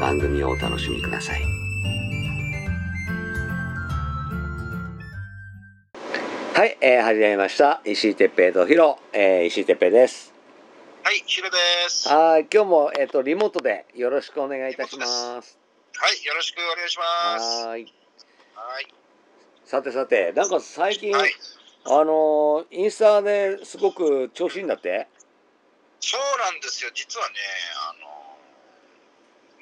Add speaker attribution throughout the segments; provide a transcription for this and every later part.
Speaker 1: 番組をお楽しみください。はい、えー、始めました。石井哲平とヒロ、えー、石井哲平です。
Speaker 2: はい、ヒロです。は
Speaker 1: はい、今日もえっ、とリモートでよろしくお願いいたします。
Speaker 2: い、よろしくお願いします。
Speaker 1: はーい。
Speaker 2: はい。
Speaker 1: さてさて、なんか最近、
Speaker 2: はい。
Speaker 1: あのーインスタですごく調子いいんだって。
Speaker 2: そうなんですよ。実はね、あ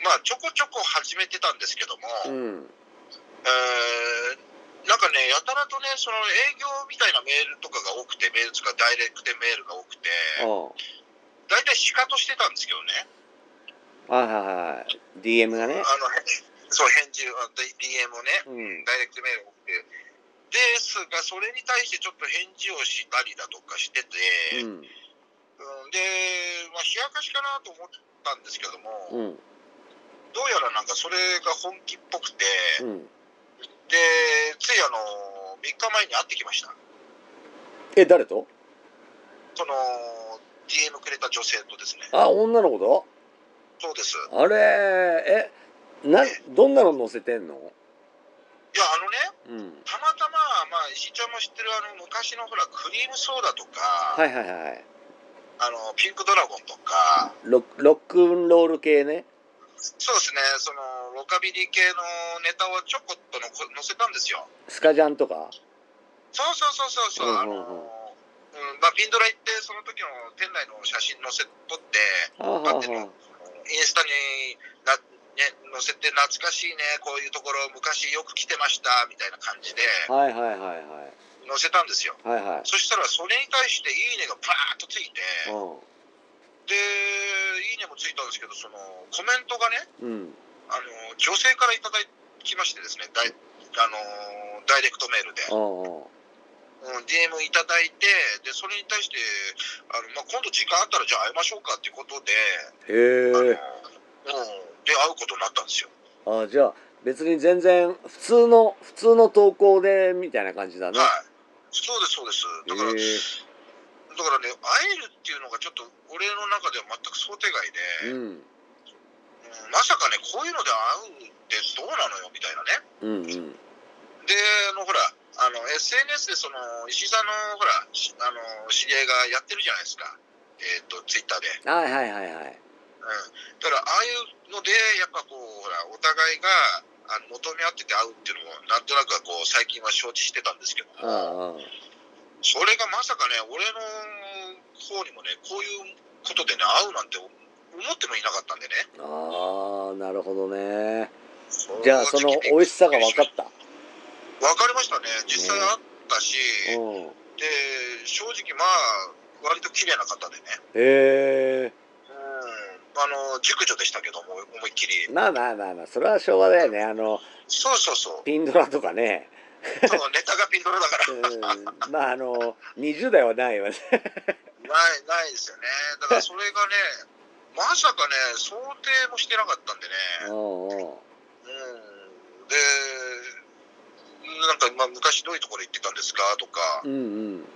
Speaker 2: の、まあ、ちょこちょこ始めてたんですけども、
Speaker 1: う
Speaker 2: え
Speaker 1: ん。
Speaker 2: ーなんかね、やたらとね、その営業みたいなメールとかが多くて、メールとかダイレクトメールが多くて、
Speaker 1: うん。
Speaker 2: 大体シカとしてたんですけどね、
Speaker 1: はいはいはい。DM がね
Speaker 2: あ。の、へそう、返事、あ DM を
Speaker 1: う
Speaker 2: ね、
Speaker 1: ん。
Speaker 2: ダイレクトメールが多くて、ですが、それに対してちょっと返事をしたりだとかしてて、
Speaker 1: うん。
Speaker 2: うん、で、まあ、冷やかしかなと思ったんですけど
Speaker 1: うん。
Speaker 2: も、どうやらなんかそれが本気っぽくて、
Speaker 1: うん。
Speaker 2: で、ついあの、3日前に会ってきました。
Speaker 1: え、誰と
Speaker 2: その、DM くれた女性とですね。
Speaker 1: あ、女の子と
Speaker 2: そうです。い
Speaker 1: あれえ、な、どんなの載せてんの
Speaker 2: や、あ
Speaker 1: う
Speaker 2: のね、
Speaker 1: ん。
Speaker 2: たまたま、まあ、石井ちゃんも知ってるあの、昔のほら、クリームソーダとか、
Speaker 1: はいはいはい。
Speaker 2: あの、ピンクドラゴンとか、
Speaker 1: ロックロックンロール系ね。
Speaker 2: そうですね、その、ロカビリー系のネタをちょこっとのこ載せたんですよ。
Speaker 1: スカジャンとか。
Speaker 2: そうそうそうそうそう、
Speaker 1: うん
Speaker 2: あの
Speaker 1: うんうん
Speaker 2: うんまあ、ピンドラ行ってその時の店内の写真載せ撮って
Speaker 1: はあはあ
Speaker 2: だって
Speaker 1: は
Speaker 2: ねインスタにな、ね、載せて懐かしいねこういうところ昔よく来てましたみたいな感じで
Speaker 1: あ。はいはいはいはい。
Speaker 2: 載せたんですよ
Speaker 1: はいはい。
Speaker 2: そしたらそれに対して「いいね」がバーッとついてで「いいね」もついたんですけどそのコメントがね
Speaker 1: うん。うん。
Speaker 2: あの女性からいただきましてですねダイ,、あのダイレクトメールで
Speaker 1: うんうん。
Speaker 2: うん、DM いただいて、でそれに対して、あのまあ、今度時間あったらじゃあ会いましょうかっていうことで、
Speaker 1: へえ。
Speaker 2: あのうん、で会うことになったんですよ。
Speaker 1: あ、じゃあ別に全然普通の普通の投稿でみたいな感じだな。
Speaker 2: はい、そうです、そうです。
Speaker 1: へ
Speaker 2: だから、
Speaker 1: え。
Speaker 2: だからね、会えるっていうのがちょっと俺の中では全く想定外で、うん
Speaker 1: うん。
Speaker 2: まさかね、こういうので会うってどうなのよみたいなね。
Speaker 1: うんうん。
Speaker 2: で、あのほら、あの SNS でその石井さんのほらしあの知り合いがやってるじゃないですか、えっとツイッターで。
Speaker 1: はいはいはいはい。
Speaker 2: うんだからああいうのでやっぱこうほらお互いがあの求め合ってて会うっていうのもなんとなくはこう最近は承知してたんですけど
Speaker 1: うんうん。
Speaker 2: もそれがまさかね俺の方にもねこういうことでね会うなんて思ってもいなかったんでね
Speaker 1: ああ、なるほどね。じゃあその
Speaker 2: 正直
Speaker 1: 美味しさが分かっ
Speaker 2: わ
Speaker 1: た。
Speaker 2: かりましたね実際会ったし、
Speaker 1: うん。へ
Speaker 2: で正直まあ割と綺麗な方でね
Speaker 1: え。
Speaker 2: うんあの熟女でしたけども思いっきり
Speaker 1: まあまあまあまあ、それはしょうがだよね。あの、
Speaker 2: そうそうそう
Speaker 1: ピンドラとかね。
Speaker 2: そうネタがピンドラだから
Speaker 1: うん。まああの、20代はないわね。
Speaker 2: ないないですよねだからそれがね まさかね想定もしてなかったんで
Speaker 1: う
Speaker 2: ね
Speaker 1: んうん。
Speaker 2: うんでなんか、まあ、昔どういうところ行ってたんですかとか、
Speaker 1: うんうん。
Speaker 2: うん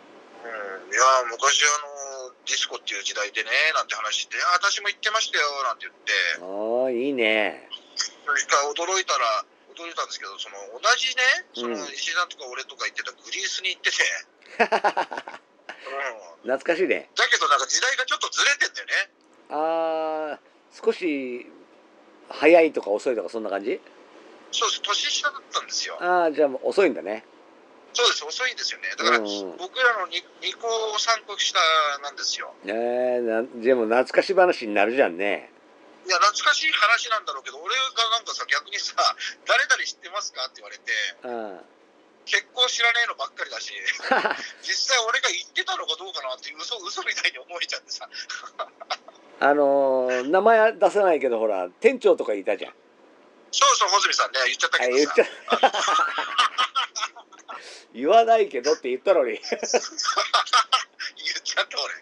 Speaker 2: いやー昔あのディスコっていう時代でねなんて話していや「私も行ってましたよ」なんて言って
Speaker 1: ああ、いいね。
Speaker 2: 一回驚いたら驚いたんですけどその同じねその
Speaker 1: うん
Speaker 2: 石井さんとか俺とか行ってたグリースに行ってて、うん、
Speaker 1: 懐かしいね。
Speaker 2: だけどなんか時代がちょっとずれてんだよね
Speaker 1: ああ、少し、早いとか遅いとかそんな感じ
Speaker 2: そうです。年下だったんですよ。
Speaker 1: ああ、じゃあもう遅いんだね。
Speaker 2: そうです。遅いんですよね。だから、
Speaker 1: うんうん
Speaker 2: 僕らの 2, 2個3個下なんですよ。
Speaker 1: ねえなでも懐かし話になるじゃんね。
Speaker 2: いや、懐かしい話なんだろうけど、俺がなんかさ、逆にさ、 誰々知ってますかって言われて、
Speaker 1: うん。
Speaker 2: 結構知らねえのばっかりだし、 実際俺が言ってたのかどうかなって嘘、嘘みたいに思えちゃって さ。
Speaker 1: あのー名前は出さないけどほら店長とかいたじゃん。
Speaker 2: そうそう、穂積さんね、言っちゃった
Speaker 1: あ
Speaker 2: けど
Speaker 1: 言っ
Speaker 2: さ
Speaker 1: ち。ゃ 言わないけどって言ったのに
Speaker 2: 言っちゃった俺。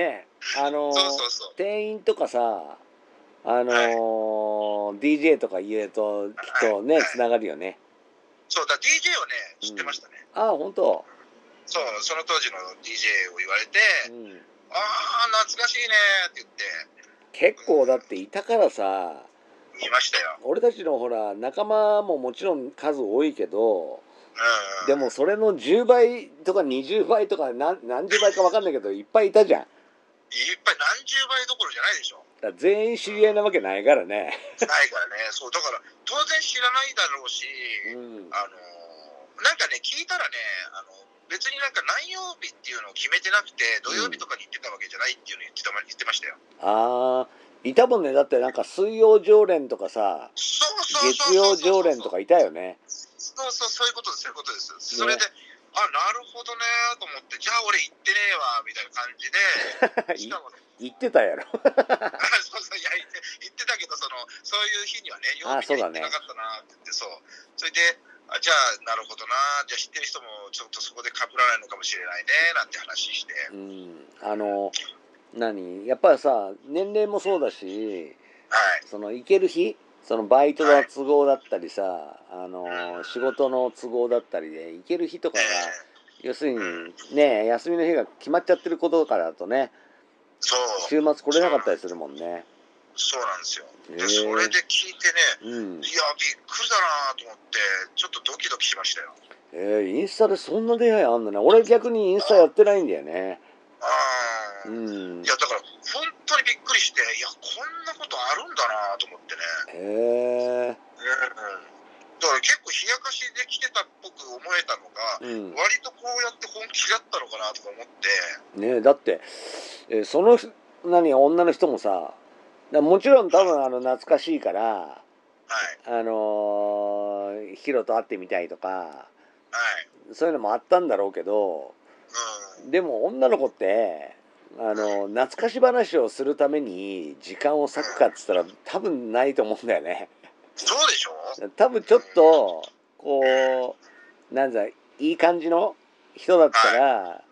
Speaker 1: ねえあのー
Speaker 2: そうそうそう。
Speaker 1: 店員とかさあのー DJ とか言うときっとねつながるよね。
Speaker 2: そうだ、DJ をね、知ってましたね。
Speaker 1: ああ本当。
Speaker 2: そう、その当時の DJ を言われて、
Speaker 1: うん
Speaker 2: ああ、懐かしいねって言って、
Speaker 1: 結構だっていたからさ
Speaker 2: 見ましたよ。
Speaker 1: 俺たちのほら仲間ももちろん数多いけど
Speaker 2: うん。
Speaker 1: でもそれの10倍とか20倍とか何何十倍か分かんないけどいっぱいいたじゃん。だか
Speaker 2: いっぱい何十倍どころじゃないでしょ。
Speaker 1: ら全員知り合いなわけないからね。
Speaker 2: ないからね、そう、だから、当然知らないだろうし、
Speaker 1: うん、
Speaker 2: あのーなんかね、聞いたらね、あの別になんか何曜日っていうのを決めてなくて、土曜日とかに行ってたわけじゃないっていうのを言ってたま言ってましたよ。
Speaker 1: あーいたもんねだってなんか水曜常連とかさ
Speaker 2: そうそうそう
Speaker 1: 月曜常連とか
Speaker 2: か。
Speaker 1: いたよね。
Speaker 2: そうそう、そういうことです、そういうことです。それで、あ、なるほどねと思って、じゃあ俺行ってねえわ、みたいな感 じで、しかもね、
Speaker 1: 言ってたやろ。
Speaker 2: あそうそう、いや、言って言ってたけど、その、そういう日にはね、曜
Speaker 1: あ
Speaker 2: 日には
Speaker 1: そうだね
Speaker 2: 行ってなかったなって言って、そう。それで、あじゃあ、なるほどな、じゃあ知ってる人もちょっとそこで被らないのかもしれないね、なんて話して。
Speaker 1: うん、あの何やっぱりさ年齢もそうだし
Speaker 2: はい。
Speaker 1: その行ける日そのバイトの都合だったりさあの仕事の都合だったりで行ける日とかが
Speaker 2: ええ
Speaker 1: 要するにね休みの日が決まっちゃってることからだとね
Speaker 2: そう、
Speaker 1: 週末来れなかったりするもんね。
Speaker 2: そうなんですよ。
Speaker 1: へえ
Speaker 2: で、それで聞いてね、
Speaker 1: うん
Speaker 2: いや、びっくりだなと思って、ちょっとドキドキしましたよ。
Speaker 1: えー、インスタでそんな出会いあんだね俺逆にインスタやってないんだよね
Speaker 2: あ
Speaker 1: う
Speaker 2: あ、い
Speaker 1: ん
Speaker 2: や、だから、本当にびっくりして、いや、こんなことあるんだなと思ってね。
Speaker 1: へえ
Speaker 2: だから結構、冷やかしで来てたっぽく思えたのが、
Speaker 1: うん
Speaker 2: 割とこうやって本気だったのかなとか思って、
Speaker 1: ねえだって、えーその何女の人もさだもちろん多分あの懐かしいから
Speaker 2: はい、
Speaker 1: あのーヒロと会ってみたいとか
Speaker 2: はい、
Speaker 1: そういうのもあったんだろうけど
Speaker 2: うん、
Speaker 1: でも女の子ってあの懐かし話をするために時間を割くかっつったら多分ないと思うんだよね
Speaker 2: そうでしょ
Speaker 1: 多分ちょっとこうなんだいい感じの人だったら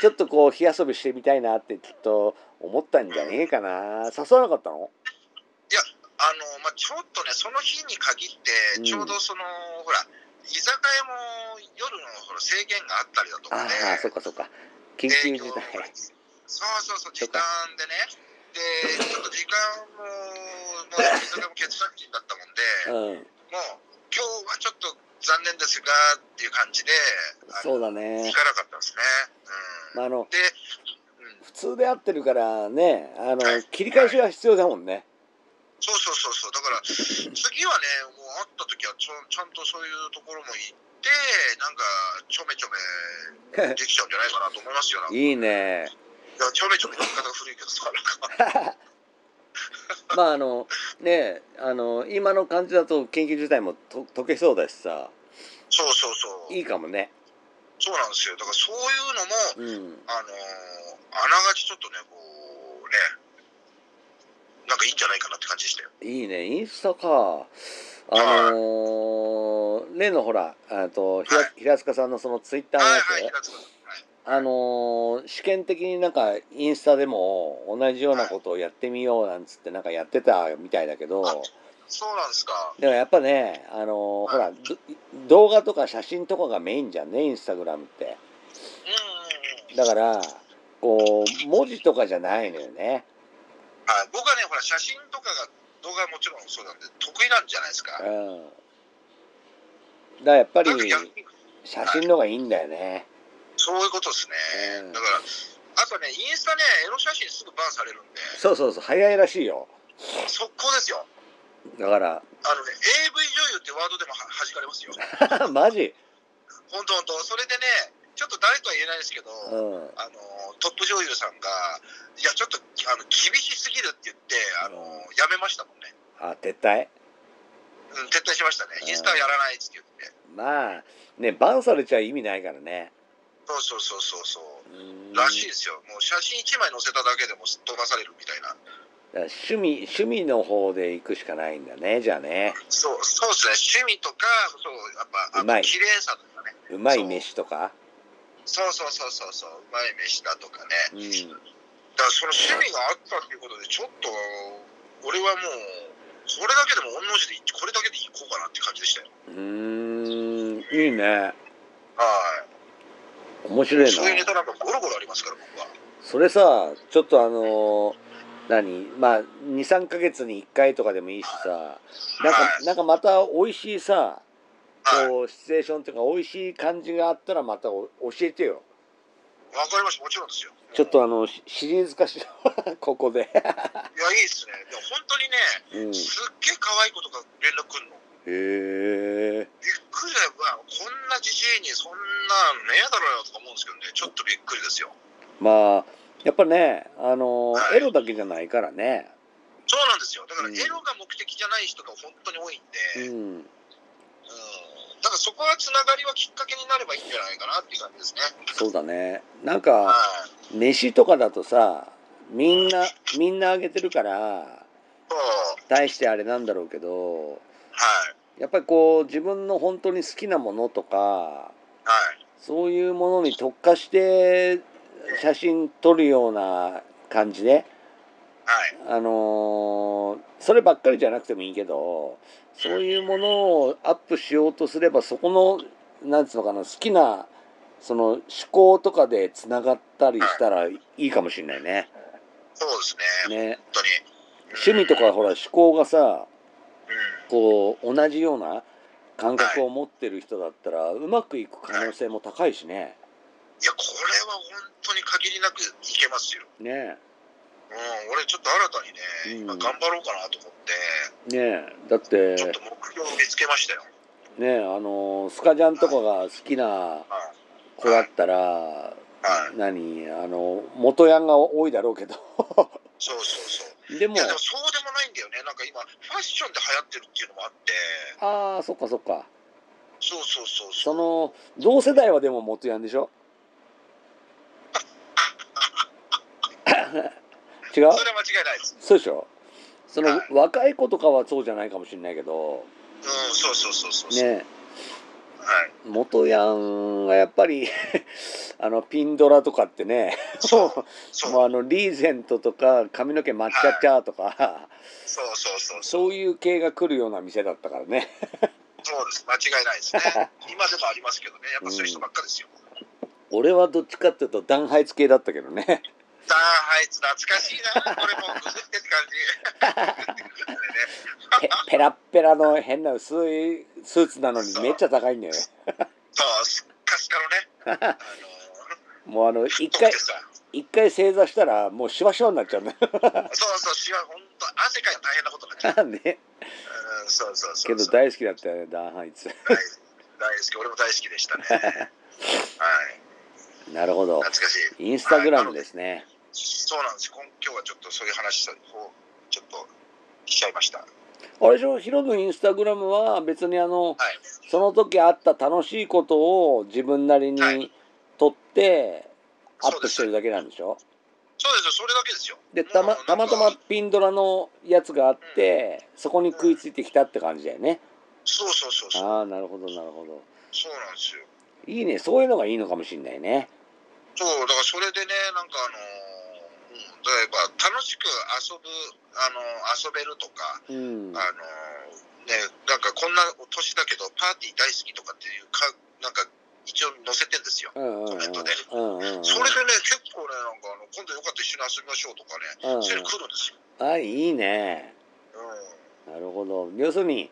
Speaker 1: ちょっとこう火遊びしてみたいなってきっと思ったんじゃねえかな誘わなかったの
Speaker 2: あの、まあ、ちょっとね、その日に限って、
Speaker 1: うん
Speaker 2: ちょうどその、ほら、居酒屋も夜のほら制限があったりだと
Speaker 1: あ
Speaker 2: かね、
Speaker 1: あそっかそっか緊急
Speaker 2: 営業
Speaker 1: 事態
Speaker 2: のほらそう
Speaker 1: そ
Speaker 2: そうそう、時
Speaker 1: っか
Speaker 2: 間でね、で、ちょっと時間も、もう居酒屋も欠落金だったもん
Speaker 1: うん
Speaker 2: で、もう、今日はちょっと残念ですがっていう感じで、あ
Speaker 1: そう
Speaker 2: の
Speaker 1: だね
Speaker 2: 行かなかったんですね。
Speaker 1: まああの
Speaker 2: うん、で、うん、
Speaker 1: 普通で会ってるからねあの
Speaker 2: はい
Speaker 1: 切り返しが必要だもんね
Speaker 2: そうそうそうそうだから次はねもう会った時はちょちゃんとそういうところも行ってなんかちょめち ょめできちゃうんじゃないかなと思いますよなんかい
Speaker 1: いいね
Speaker 2: やちょめちょめって言い方が古いけどさ なんか
Speaker 1: まああのねあの今の感じだと緊急事態もと解けそうだしさ
Speaker 2: そうそうそう
Speaker 1: いいかもね
Speaker 2: そうなんですよだからそういうのも
Speaker 1: うん
Speaker 2: あのーあながちちょっとねこうねなんかいいんじゃないかなって感じでしたよ
Speaker 1: いいねインスタかあのー例のほらあとひら
Speaker 2: はい
Speaker 1: 平塚さんのそのツイッターの
Speaker 2: は
Speaker 1: や
Speaker 2: いはい
Speaker 1: つ
Speaker 2: 平塚さんはい
Speaker 1: あのー試験的になんかインスタでも同じようなことをやってみようなんつってなんかやってたみたいだけど
Speaker 2: そうなんですか
Speaker 1: でもやっぱねあのーほらど動画とか写真とかがメインじゃんねインスタグラムって
Speaker 2: うんうんうん
Speaker 1: だからこう文字とかじゃないのよね
Speaker 2: はい僕はねほら写真とかが動画はもちろんそうなんで得意なんじゃないですか
Speaker 1: うんだからやっぱり
Speaker 2: なんか逆に
Speaker 1: 写真の方がいいんだよね
Speaker 2: そういうことですね
Speaker 1: うん。
Speaker 2: だから、あとね、インスタね、エロ写真すぐバンされるんで、
Speaker 1: そうそうそう早いらしいよ
Speaker 2: 速攻ですよ。
Speaker 1: だから、
Speaker 2: あのね、AV 女優ってワードでもは弾かれますよ。
Speaker 1: マジ
Speaker 2: 本当本当。それでね、ちょっと誰とは言えないですけど、
Speaker 1: うん。
Speaker 2: あのトップ女優さんが、いや、ちょっとあの厳しすぎるって言って、あの
Speaker 1: うん
Speaker 2: やめましたもんね、
Speaker 1: あ、撤退
Speaker 2: うん、撤退しましたね、
Speaker 1: うん
Speaker 2: インスタはやらないって言って、
Speaker 1: まあ、ね、バンされちゃ意味ないからね。
Speaker 2: そうそうそうそうそ
Speaker 1: う
Speaker 2: う、
Speaker 1: ーん
Speaker 2: らしいですよ、もう写真1枚載せただけでもすっ飛ばされるみたいな、
Speaker 1: だから趣味、趣味の方で行くしかないんだね、じゃあね。
Speaker 2: そうそうですね、趣味とか、そうやっぱ、あ
Speaker 1: う
Speaker 2: と
Speaker 1: まい
Speaker 2: 綺麗さとかね、
Speaker 1: うまい飯とか。
Speaker 2: そうそうそうそうそう、うまい飯だとかね、
Speaker 1: うん。
Speaker 2: だからその趣味があったっていうことで、ちょっと、俺はもう、これだけでも、御の字で、これだけでいこうかなって感じでしたよ。
Speaker 1: うーん、いいね。
Speaker 2: はい
Speaker 1: 面白いな。
Speaker 2: そういうネタなんかゴロゴロありますから、僕は。
Speaker 1: それさちょっとあのー何まあ23ヶ月に1回とかでもいいしさなんか,、
Speaker 2: はい
Speaker 1: なんかまた美味しいさ
Speaker 2: はい。わ
Speaker 1: こうシチュエーションっていうか美味しい感じがあったらまたお教えてよ
Speaker 2: かりました、もちろんですよ。
Speaker 1: ちょっとあのシシリーズ化しようここで、
Speaker 2: いや、いいですね。でも本当に
Speaker 1: う
Speaker 2: ね、
Speaker 1: ん、へ
Speaker 2: すっげえ可愛い子とか連絡くんの。びっ
Speaker 1: え
Speaker 2: くりだよ、うわこんなじじいにそんなんねえだろうよとか思うんですけどね、ちょっとびっくりですよ。
Speaker 1: まあやっぱねあのー
Speaker 2: はい
Speaker 1: エロだけじゃないからね
Speaker 2: そうなんですよ。だから、
Speaker 1: うん
Speaker 2: エロが目的じゃない人が本当に多いん
Speaker 1: う
Speaker 2: で、うん。
Speaker 1: ん
Speaker 2: だからそこはつながりはきっかけになればいいんじゃないかなっていう感じですね。
Speaker 1: そうだねなんか
Speaker 2: はい。
Speaker 1: 飯とかだとさみんなみんなあげてるから
Speaker 2: そう。
Speaker 1: 対してあれなんだろうけど
Speaker 2: はい。
Speaker 1: やっぱりこう自分の本当に好きなものとか
Speaker 2: はい。
Speaker 1: そういうものに特化して写真撮るような感じで
Speaker 2: はい。
Speaker 1: あのーそればっかりじゃなくてもいいけどそういうものをアップしようとすればそこのなんつうのかな好きなその思考とかでつながったりしたらいいかもしれないね。
Speaker 2: そうですね。
Speaker 1: ね
Speaker 2: 本当に。
Speaker 1: 趣味とかほら思考がさ
Speaker 2: うん。
Speaker 1: こう同じような感覚を持ってる人だったらうまくいく可能性も高いしね。
Speaker 2: いや、これは本当に限りなくいけますよ。
Speaker 1: ね
Speaker 2: うん、俺ちょっと新たにね、
Speaker 1: う
Speaker 2: 今
Speaker 1: ん
Speaker 2: 頑張ろうかなと思って、
Speaker 1: えねえだって
Speaker 2: ちょっと目標を見つけましたよ。
Speaker 1: ねえあのスカジャンとかが好きな
Speaker 2: はい。
Speaker 1: 子だったら
Speaker 2: はい。
Speaker 1: 何あの元ヤンが多いだろうけど
Speaker 2: そうそうそう。
Speaker 1: でも
Speaker 2: いや、 でもそうでもないんだよね。なんか今、ファッションで流行ってるっていうのもあって、
Speaker 1: ああそっかそっか
Speaker 2: そうそうそう
Speaker 1: そ
Speaker 2: そう。
Speaker 1: の同世代はでも元ヤンでしょ 違う
Speaker 2: それは間違いないです。
Speaker 1: そうでしょその、
Speaker 2: はい
Speaker 1: 若い子とかはそうじゃないかもしれないけど
Speaker 2: うん、そうそうそうそう。そう
Speaker 1: ね
Speaker 2: はい。
Speaker 1: 元ヤンがやっぱり あのピンドラとかってね も
Speaker 2: そうう
Speaker 1: もうあのリーゼントとか髪の毛抹茶チャーとか
Speaker 2: そうそうそう。そう
Speaker 1: そういう系が来るような店だったからね
Speaker 2: そうです。間違いな いですね。今でもありますけどね。やっぱそういう人ばっかですよ。
Speaker 1: 俺はどっちかっていうとダンハイツ系だったけど ね
Speaker 2: ダーハイツ懐かしいな。これもうぐずってって 感じ。
Speaker 1: ペペラッペラの変な薄いスーツなのにめっちゃ高いんだよね
Speaker 2: そう、すっかすかの ね。あの
Speaker 1: もうあの一回
Speaker 2: 太くてさ
Speaker 1: 一回正座したらもうシワシワになっちゃうんだよ
Speaker 2: そうそう、しわ、本当汗かいて大変なことになっ ち ゃう。
Speaker 1: ね
Speaker 2: うん、そうそうそ
Speaker 1: け
Speaker 2: う
Speaker 1: ど
Speaker 2: そう。
Speaker 1: 大好きだったよねダンハイツ
Speaker 2: 大大好き、俺も大好きでし たね。はい、
Speaker 1: なるほど
Speaker 2: 懐かしい。
Speaker 1: インスタグラムですね
Speaker 2: そうなんです。今今日はちょっとそういう話を、ちょっと。しちゃいました。はい。
Speaker 1: あれでしょヒロのインスタグラムは別にあのその時あった楽しいことを自分なり
Speaker 2: は
Speaker 1: に
Speaker 2: い
Speaker 1: 撮ってア
Speaker 2: そ
Speaker 1: ッ
Speaker 2: うです
Speaker 1: プしてるだけなんでしょ
Speaker 2: そうですよ、それだけですよ。
Speaker 1: で
Speaker 2: もう
Speaker 1: たまたまたま
Speaker 2: なんか
Speaker 1: ピンドラのやつがあってそこに食いついてきたって感じだよね
Speaker 2: そうそうそうそう。
Speaker 1: ああなるほどなるほど
Speaker 2: そうなんですよ。
Speaker 1: いいねそういうのがいいのかもしんないね
Speaker 2: そう、だからそれでね、なんかあのーうん、例えば楽しく遊ぶ、あのー遊べるとか、
Speaker 1: うん
Speaker 2: あのーね、なんかこんな年だけど、パーティー大好きとかっていうか、なんか一応載せてんですよ。
Speaker 1: うんうんうんうん
Speaker 2: コメントで
Speaker 1: うんうん
Speaker 2: それでね、結構ね、なんかあの今度よかったら一緒に遊びましょうとかね、
Speaker 1: うん
Speaker 2: そういうの来るんですよ。
Speaker 1: あいいね
Speaker 2: う
Speaker 1: なるほど要するに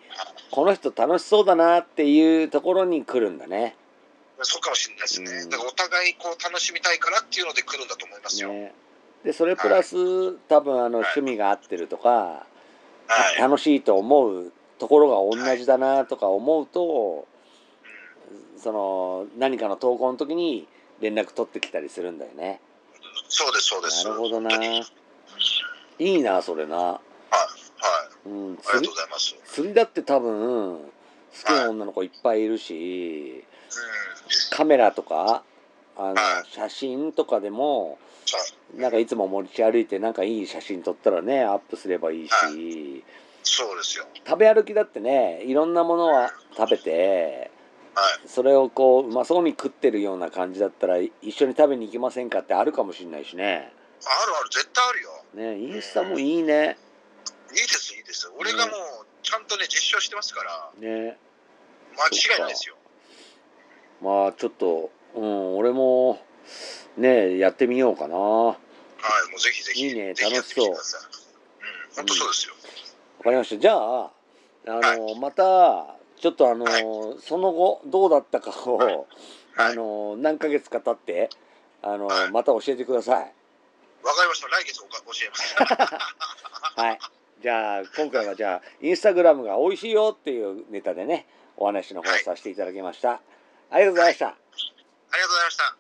Speaker 1: この人楽しそうだなっていうところに来るんだね
Speaker 2: ん、そうかもしれないですね。
Speaker 1: うん
Speaker 2: だからお互いこう楽しみたいからっていうので来るんだと思いますよ。
Speaker 1: ねでそれプラス多分あの
Speaker 2: はい
Speaker 1: 趣味が合ってるとか
Speaker 2: はい。
Speaker 1: 楽しいと思うところが同じだなとか思うと
Speaker 2: うん。
Speaker 1: その何かの投稿の時に連絡取ってきたりするんだよね
Speaker 2: そうです、そうです。
Speaker 1: なるほどな
Speaker 2: 本当にはい。
Speaker 1: いいなそれな、
Speaker 2: あ
Speaker 1: うん、
Speaker 2: りが
Speaker 1: 釣
Speaker 2: と
Speaker 1: り
Speaker 2: うございます。
Speaker 1: 釣りだって多分好きな女の子いっぱいいるし
Speaker 2: うん。
Speaker 1: カメラとかあの
Speaker 2: は
Speaker 1: 写真とかでも
Speaker 2: さ
Speaker 1: なんかいつも持ち歩いてなんかいい写真撮ったらねアップすればいい
Speaker 2: は
Speaker 1: し
Speaker 2: そうですよ。
Speaker 1: 食べ歩きだってねいろんなものは食べて
Speaker 2: はい。
Speaker 1: それをこううまそうに食ってるような感じだったら一緒に食べに行きませんかってあるかもしれないしね
Speaker 2: あるある、絶対あるよ。
Speaker 1: ねインスタもいいね
Speaker 2: いいです、いいです。俺がもう、ちゃんとね、実証してますから、
Speaker 1: ね
Speaker 2: 間違いないですよ。
Speaker 1: まあちょっとうん俺もねやってみようかな
Speaker 2: はい、もうぜひぜひ。
Speaker 1: いいね
Speaker 2: ぜひやってみてくださいうん、本当そうですよ。
Speaker 1: わかりました。じゃあ、あの、また、ちょっとあの、
Speaker 2: はい
Speaker 1: その後、どうだったかを、
Speaker 2: はいは
Speaker 1: あ
Speaker 2: い。
Speaker 1: の、何ヶ月か経って、あの、
Speaker 2: はい
Speaker 1: また教えてください。
Speaker 2: わかりました。来月おか教えます。
Speaker 1: はい。じゃあ、今回はじゃあ、インスタグラムが美味しいよっていうネタでね、お話の方をさせていただきました。ありがとうございました。
Speaker 2: ありがとうございました。